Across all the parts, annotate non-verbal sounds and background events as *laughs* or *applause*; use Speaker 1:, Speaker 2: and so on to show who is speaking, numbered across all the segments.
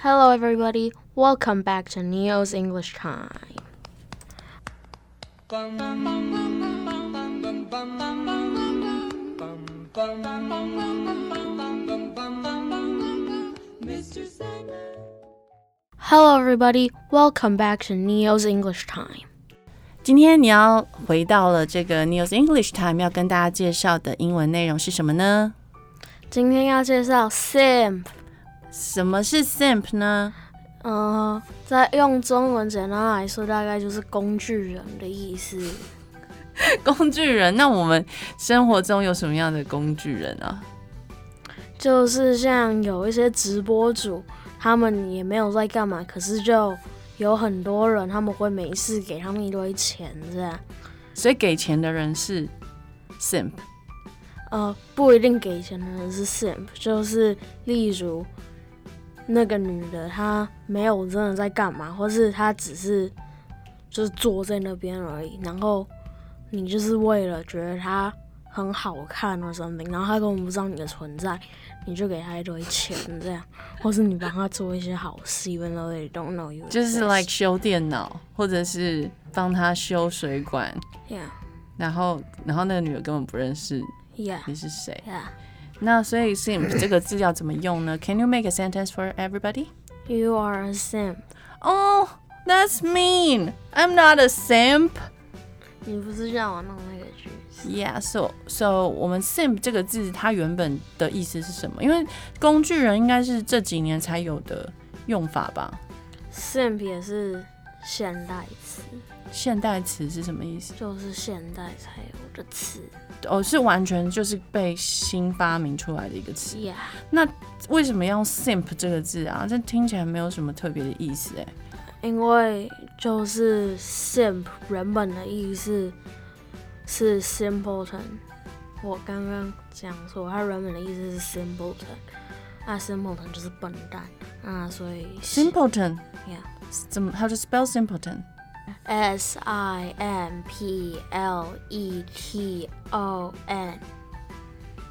Speaker 1: Hello, everybody. Welcome back to Neo's English Time. Hello, everybody. Welcome back to Neo's English Time.
Speaker 2: 今天你要回到了这个 News English Time，要跟大家介绍的英文内容是什么呢？
Speaker 1: 今天要介绍 simp，
Speaker 2: 什么是 simp 呢？ *laughs*
Speaker 1: 呃，在用中文简单来说，大概就是工具人的意思。
Speaker 2: 工具人。那我们生活中有什么样的工具人啊？
Speaker 1: 就是像有一些直播主，他们也没有在干嘛，可是就有很多人他们会没事给他们一堆钱这样。
Speaker 2: 所以给钱的人是 simp。
Speaker 1: 呃，不一定给钱的人是 simp，就是例如那个女的她没有真的在干嘛，或是她只是就是坐在那边而已，然后你就是为了觉得她很好看或什么，然后她根本不知道你的存在，你就给她一堆钱这样，或是你帮她做一些好事，even though they don't know you，
Speaker 2: 就
Speaker 1: exist
Speaker 2: 是 like 修电脑，或者是帮他修水管，
Speaker 1: yeah
Speaker 2: 然后然后那个女的根本不认识
Speaker 1: yeah
Speaker 2: 你是谁。
Speaker 1: yeah。
Speaker 2: 那所以 simp 这个字要怎么用呢？Can you make a sentence for everybody?
Speaker 1: You are a simp，
Speaker 2: Oh, that's mean. I'm not a simp.
Speaker 1: 你不是叫我弄那个句子？
Speaker 2: Yeah, so so 我们 simp 这个字它原本的意思是什么？因为工具人应该是这几年才有的用法吧？
Speaker 1: simp 也是现代词，
Speaker 2: 现代词是什么意思？
Speaker 1: 就是现代才有的词
Speaker 2: 哦，是完全就是被新发明出来的一个词。
Speaker 1: 呀。
Speaker 2: 为什么要 simp 这个字啊？这听起来没有什么特别的意思哎、
Speaker 1: 因为就是 simp 原本的意思是 simpleton，我刚刚讲错，它原本的意思是 simpleton，啊 simpleton 就是笨蛋啊，所以
Speaker 2: Simpleton
Speaker 1: Yeah
Speaker 2: 怎么 how to spell simpleton？
Speaker 1: S I M P L E T O N。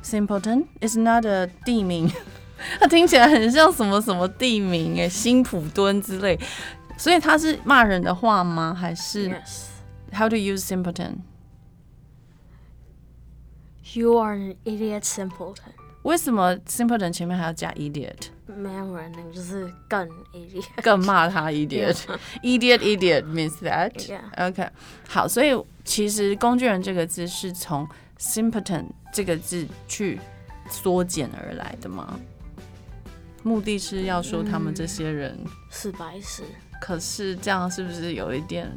Speaker 2: Simpleton is not a 地名， *laughs* 它听起来很像什么什么地名哎，新普敦之类。所以它是骂人的话吗？还是
Speaker 1: Yes,
Speaker 2: How to use simpleton？
Speaker 1: you are an idiot simpleton.
Speaker 2: 为什么 simpleton 前面还要加 idiot？
Speaker 1: 没有人能就是更 idiot。
Speaker 2: 更骂他 idiot。idiot idiot means that。
Speaker 1: Yeah.
Speaker 2: OK，好，所以其实工具人这个字是从 simpleton 这个字去缩减而来的吗？目的是要说他们这些人。
Speaker 1: *laughs* 是白痴。
Speaker 2: 可是这样是不是有一点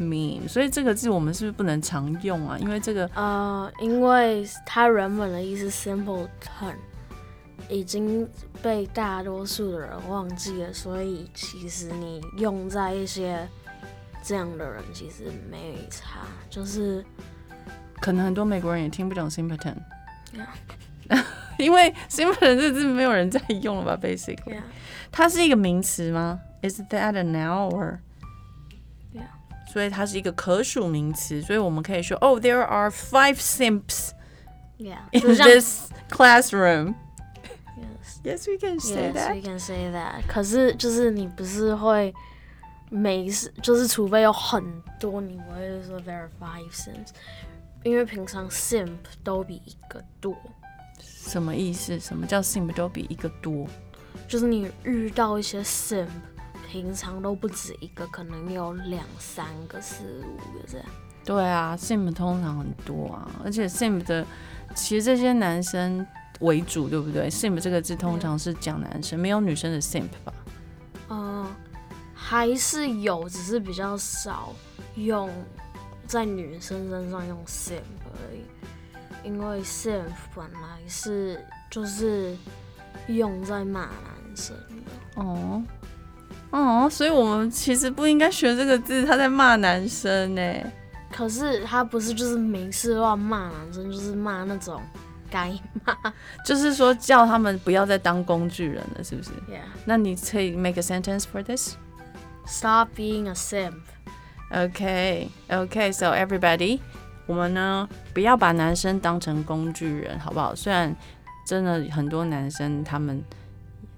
Speaker 2: mean？所以这个字我们是不是不能常用啊？因为这个
Speaker 1: 呃，因为它原本的意思 simpleton 已经被大多数的人忘记了，所以其实你用在一些这样的人其实没差，就是
Speaker 2: 可能很多美国人也听不懂 simpleton，
Speaker 1: Yeah
Speaker 2: 因为 simpleton 这字没有人在用了吧？Basically，
Speaker 1: yeah
Speaker 2: 它是一个名词吗？Is that a noun or？
Speaker 1: Yeah
Speaker 2: 所以它是一个可数名词，所以我们可以说，Oh, there are five simps
Speaker 1: yeah，*laughs*
Speaker 2: in
Speaker 1: 就
Speaker 2: *laughs*
Speaker 1: 像
Speaker 2: this classroom.
Speaker 1: yes
Speaker 2: Yes, we can say
Speaker 1: Yes,
Speaker 2: that.
Speaker 1: we can say that. 可是就是你不是会每次就是除非有很多，你不会说 there are five sims，因为平常 simp 都比一个多。
Speaker 2: 什么意思？什么叫 simp 都比一个多？
Speaker 1: 就是你遇到一些 simp，平常都不止一个，可能有两三个、四五个这样。
Speaker 2: 对啊，sim 通常很多啊，而且 sim 的其实这些男生为主，对不对？sim 这个字通常是讲男生，没有女生的 sim 吧？
Speaker 1: 嗯、还是有，只是比较少用在女生身上用 simp 而已，因为 simp 本来是就是用在骂男生的。
Speaker 2: 哦哦，所以我们其实不应该学这个字，他在骂男生呢。
Speaker 1: 可是他不是就是没事乱骂男生，就是骂那种该
Speaker 2: 就是说叫他们不要再当工具人了，是不是？
Speaker 1: yeah
Speaker 2: 那你可以 make a sentence for this?
Speaker 1: stop being a simp。
Speaker 2: OK OK, so everybody，我们呢不要把男生当成工具人，好不好？虽然真的很多男生他们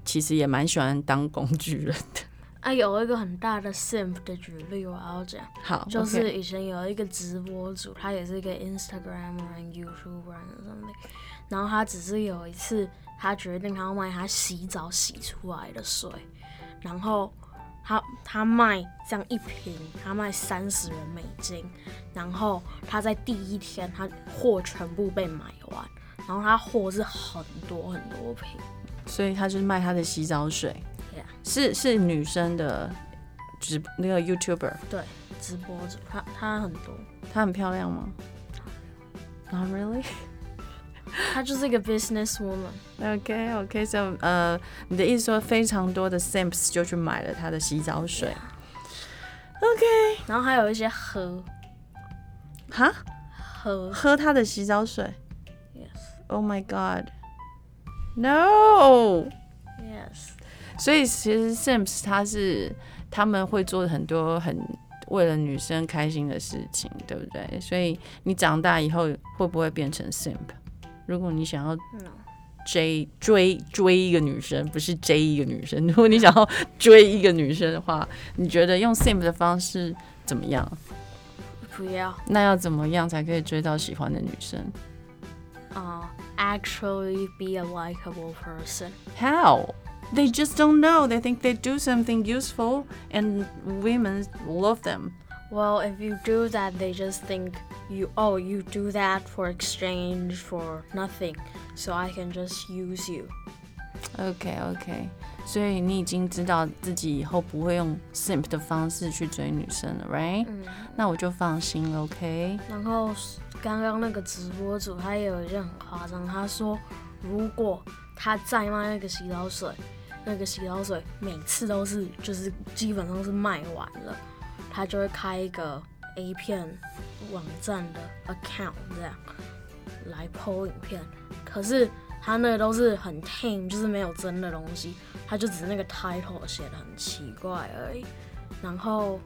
Speaker 2: 其实也蛮喜欢当工具人的。 *laughs*
Speaker 1: 啊，有一个很大的 simp 的举例，我要讲，
Speaker 2: 好，
Speaker 1: 就是
Speaker 2: ，OK
Speaker 1: 以前有一个直播主，他也是一个 Instagram 人、YouTube 人什么的，然后他只是有一次，他决定他要卖他洗澡洗出来的水，然后他他卖这样一瓶，他卖三十元美金，然后他在第一天他货全部被买完，然后他货是很多很多瓶，
Speaker 2: 所以他就是卖他的洗澡水
Speaker 1: Yeah
Speaker 2: 是是女生的直那个 YouTuber，
Speaker 1: 对，直播主他他很多，
Speaker 2: 她很漂亮吗？Not really.
Speaker 1: 他就是一个 business woman。
Speaker 2: OK OK，所、so, 呃，你的意思说非常多的 Simps 就去买了她的洗澡水？
Speaker 1: 然后还有一些喝
Speaker 2: 哈，
Speaker 1: 喝
Speaker 2: 喝她的洗澡水
Speaker 1: ，yes
Speaker 2: ？Oh my God. No，
Speaker 1: yes，
Speaker 2: 所以其实 Simps 他是他们会做很多很为了女生开心的事情，对不对？所以你长大以后会不会变成 Simp？如果你想要
Speaker 1: No
Speaker 2: 追追追一个女生，不是 J 一个女生，如果你想要追一个女生的话，你觉得用 Simp 的方式怎么样？
Speaker 1: 不要
Speaker 2: 那要怎么样才可以追到喜欢的女生
Speaker 1: 啊、a c t u a l l y uh, be a likable person。
Speaker 2: ？How? They just don't know. They think they do something useful, and women love them.
Speaker 1: Well, if you do that, they just think you oh you do that for exchange for nothing, so I can just use you.
Speaker 2: OK OK，所以你已经知道自己以后不会用 simp 的方式去追女生了，right？、那我就放心了，OK？
Speaker 1: 然后刚刚那个直播主他也有一件很夸张，他说如果他再卖那个洗澡水，那个洗澡水每次都是就是基本上是卖完了，他就会开一个 A 片网站的 account 这样来 PO 影片，可是。他那个都是很 tame，就是没有真的东西，他就只是那个 title 写的很奇怪而已，然后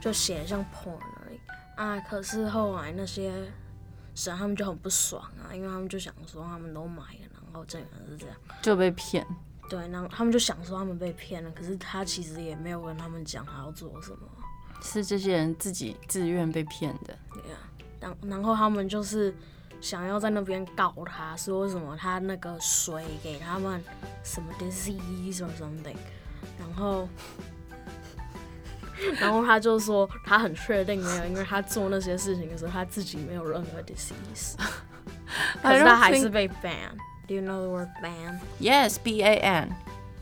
Speaker 1: 就写得像 porn 而已。啊，可是后来那些神他们就很不爽啊，因为他们就想说他们都买了，然后竟然是这样，
Speaker 2: 就被骗。
Speaker 1: 对，然后他们就想说他们被骗了，可是他其实也没有跟他们讲他要做什么，
Speaker 2: 是这些人自己自愿被骗的。
Speaker 1: 对啊，然然后他们就是想要在那边告他，说什么他那个水给他们什么 disease or something，然后。然后他就说他很确定没有，因为他做那些事情的时候他自己没有任何 disease。可是他还是被 ban。Do you know the word ban?
Speaker 2: yes b a n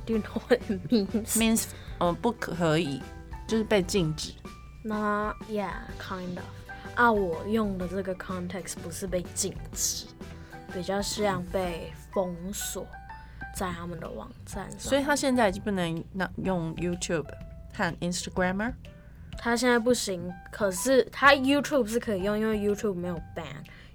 Speaker 1: Do you know what it means?
Speaker 2: means 呃不可以，就是被禁止。
Speaker 1: 那 yeah, kind of. 啊，我用的这个 context 不是被禁止，比较像被封锁在他们的网站上。
Speaker 2: 所以他现在已经不能那用 YouTube 和 Instagramer。
Speaker 1: 他现在不行，可是他 YouTube 是可以用，因为 YouTube 没有 ban。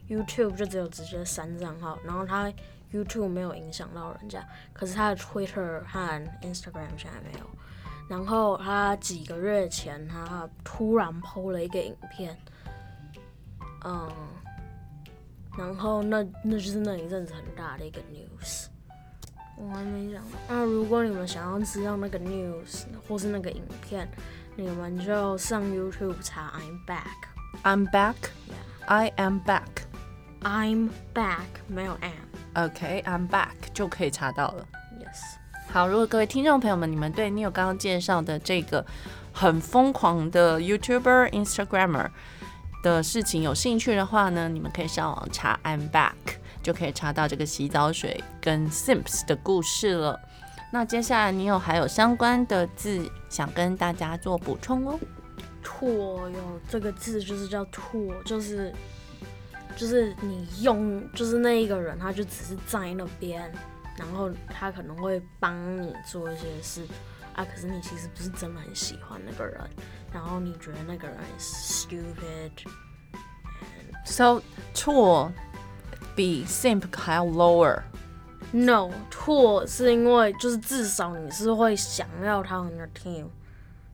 Speaker 1: YouTube 就只有直接删账号，然后他 YouTube 没有影响到人家，可是他的 Twitter 和 Instagram 现在没有。然后他几个月前，他突然 PO 了一个影片，嗯，然后那那就是那一阵子很大的一个 news。我还没讲完。那如果你们想要知道那个 news 或是那个影片，你们就上 YouTube 查 I'm back。
Speaker 2: I'm back. I am back.
Speaker 1: I'm back，没有 am。
Speaker 2: OK, I'm back 就可以查到了。
Speaker 1: Yes。
Speaker 2: 好，如果各位听众朋友们，你们对你有刚刚介绍的这个很疯狂的 YouTuber、Instagramer 的事情有兴趣的话呢，你们可以上网查 I'm Back，就可以查到这个洗澡水跟 Simps 的故事了。那接下来你有还有相关的字想跟大家做补充哦？
Speaker 1: 拓有这个字就是叫拓，就是就是你用，就是那一个人他就只是在那边，然后他可能会帮你做一些事啊，可是你其实不是真的很喜欢那个人，然后你觉得那个人 is stupid，
Speaker 2: So 错比 simp 还要 lower。
Speaker 1: No，拓是因为就是至少你是会想要他们的 team，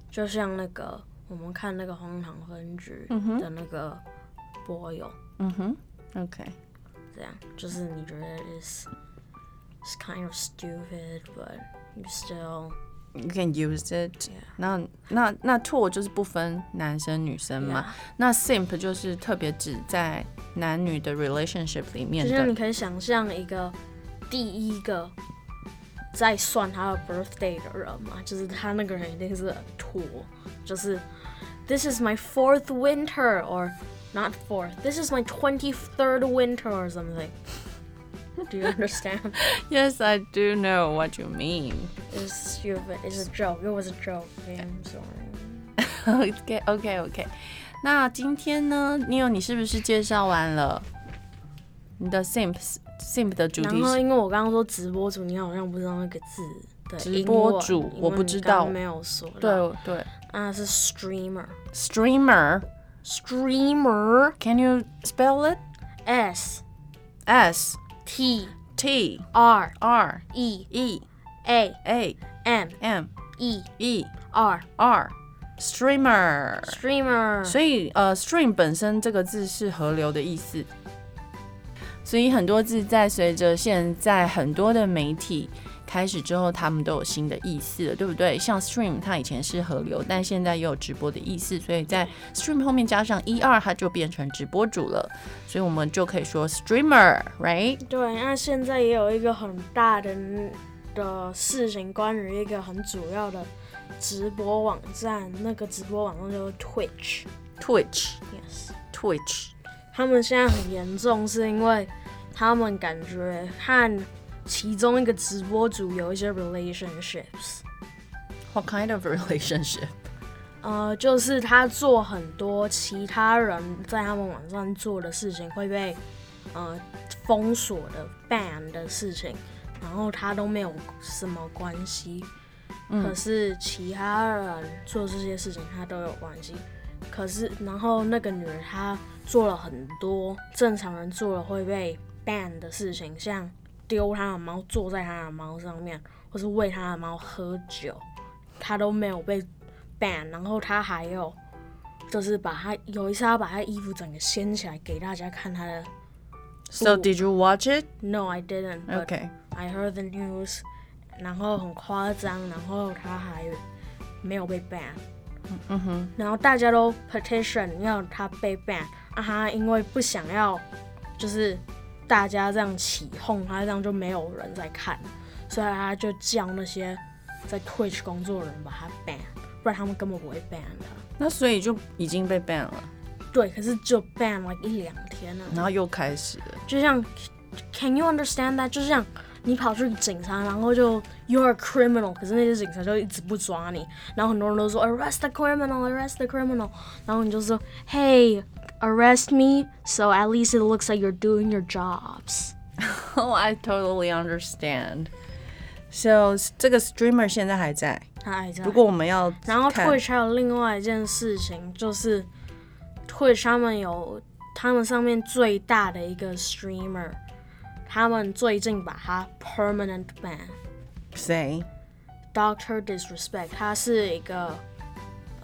Speaker 1: 就像那个我们看那个荒唐分局的那个博友、
Speaker 2: 嗯哼，OK，
Speaker 1: 这样，就是你觉得 is is kind of stupid，but you still
Speaker 2: You can use it 那。那那那 tool 就是不分男生女生嘛。那 simp 就是特别指在男女的 relationship 里面
Speaker 1: 就像
Speaker 2: 的
Speaker 1: 你可以想象一个第一个在算他的 birthday 的人嘛，就是他那个人一定是土，就是 This is my fourth winter or not fourth, this is my twenty third winter or something. *laughs* Do you understand? *laughs*
Speaker 2: Yes, I do know what you mean. *laughs*
Speaker 1: It's stupid. It's a joke. It was a joke. I'm sorry.
Speaker 2: OK OK OK。那今天呢，你有你是不是介绍完了你的 simp simp 的主
Speaker 1: 然
Speaker 2: 题
Speaker 1: 后
Speaker 2: 是
Speaker 1: 因为我刚刚说直播主，你好像不知道那个字的
Speaker 2: 直
Speaker 1: 英
Speaker 2: 播
Speaker 1: 文
Speaker 2: 主
Speaker 1: 因
Speaker 2: 我
Speaker 1: 为
Speaker 2: 不
Speaker 1: 你
Speaker 2: 知
Speaker 1: 刚
Speaker 2: 道
Speaker 1: 刚没有说到。
Speaker 2: 对对
Speaker 1: 啊是 streamer。
Speaker 2: streamer。
Speaker 1: streamer
Speaker 2: Can you spell it?
Speaker 1: S
Speaker 2: S
Speaker 1: T
Speaker 2: T
Speaker 1: R
Speaker 2: R
Speaker 1: E
Speaker 2: E
Speaker 1: A
Speaker 2: A
Speaker 1: M
Speaker 2: M
Speaker 1: E
Speaker 2: E
Speaker 1: R
Speaker 2: R streamer。
Speaker 1: streamer
Speaker 2: 所以呃，stream 本身这个字是河流的意思，所以很多字在随着现在很多的媒体开始之后，他们都有新的意思了，对不对？像 stream 它以前是河流，但现在也有直播的意思，所以在 stream 后面加上 er，它就变成直播主了，所以我们就可以说 streamer，right？
Speaker 1: 对，那现在也有一个很大的的事情，关于一个很主要的直播网站，那个直播网站叫做 Twitch。
Speaker 2: Twitch
Speaker 1: Yes，
Speaker 2: Twitch
Speaker 1: 他们现在很严重，是因为他们感觉和其中一个直播主有一些 relationships。
Speaker 2: what kind of relationship？
Speaker 1: 呃，就是他做很多其他人在他们网站做的事情会被呃封锁的 ban 的事情，然后他都没有什么关系，可是其他人做这些事情他都有关系。可是，然后那个女人她做了很多正常人做了会被 ban 的事情，像丢她的猫，坐在她的猫上面，或是喂她的猫喝酒，她都没有被 ban。然后她还有就是把她有一次她把她衣服整个掀起来给大家看她的。
Speaker 2: So
Speaker 1: 不
Speaker 2: did you watch it?
Speaker 1: No, I didn't. but
Speaker 2: Okay.
Speaker 1: I heard the news，然后很夸张，然后他还没有被 ban。嗯哼。然后大家都 petition 要他被 ban，啊他因为不想要，就是大家这样起哄，他这样就没有人在看，所以他就叫那些在 Twitch 工作的人把他 ban，不然他们根本不会 ban 他。
Speaker 2: 那所以就已经被 ban 了，
Speaker 1: 对，可是就 ban 了一两天了。
Speaker 2: 然后又开始了。
Speaker 1: 就像 Can you understand that？就像你跑去警察，然后就 You're a criminal，可是那些警察就一直不抓你，然后很多人都说 Arrest the criminal，Arrest the criminal，然后你就说 Hey，arrest me，so at least it looks like you're doing your jobs。
Speaker 2: *laughs* Oh, I totally understand. So 这个 streamer 现在还在。
Speaker 1: 哎，这样
Speaker 2: 如果我们要
Speaker 1: 然后
Speaker 2: 看
Speaker 1: Twitch 还有另外一件事情，就是 Twitch 他们有他们上面最大的一个 streamer，他们最近把他 permanent ban。
Speaker 2: 谁
Speaker 1: Doctor Disrespect，他是一个，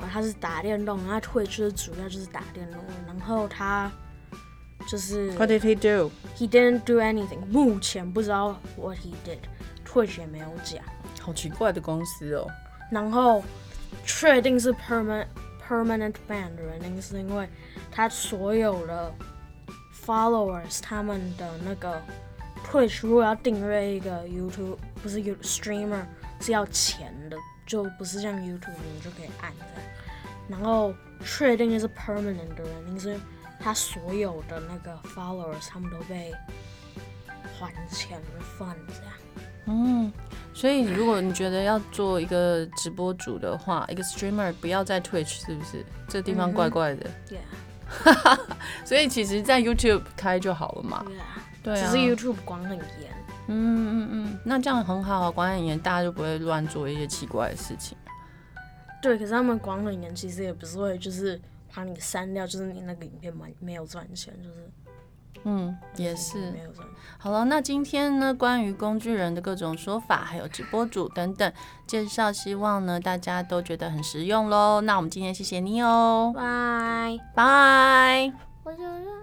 Speaker 1: 呃，他是打电动，他退出主要就是打电动，然后他就是
Speaker 2: ？What did he do?
Speaker 1: he didn't do anything，目前不知道 what he did，退学没有讲，
Speaker 2: 好奇怪的公司哦。
Speaker 1: 然后确定是 permanent permanent ban 的原因是因为他所有的 followers 他们的那个 Twitch 如果要订阅一个 YouTube 不是 You streamer 是要钱的，就不是像 YouTube 你就可以按这样。然后确定是 permanent 的原因是他所有的那个 followers 他们都被还钱了放这样。
Speaker 2: 所以如果你觉得要做一个直播主的话，一个 streamer 不要在 Twitch 是不是？这地方怪怪的。
Speaker 1: Yeah,
Speaker 2: 所以其实，在 YouTube 开就好了嘛。
Speaker 1: yeah.
Speaker 2: 对
Speaker 1: 只
Speaker 2: 啊
Speaker 1: 是。YouTube 管很严。
Speaker 2: 嗯嗯嗯，那这样很好啊，管很严，大家就不会乱做一些奇怪的事情。
Speaker 1: 对，可是他们管很严，其实也不是会就是把你删掉，就是你那个影片没没有赚钱，就是
Speaker 2: 嗯，也
Speaker 1: 你
Speaker 2: 是
Speaker 1: 没。有赚钱。
Speaker 2: 好了，那今天呢，关于工具人的各种说法，还有直播主等等介绍，希望呢大家都觉得很实用喽。那我们今天谢谢你哦，
Speaker 1: 拜。
Speaker 2: 拜。
Speaker 1: 我觉得。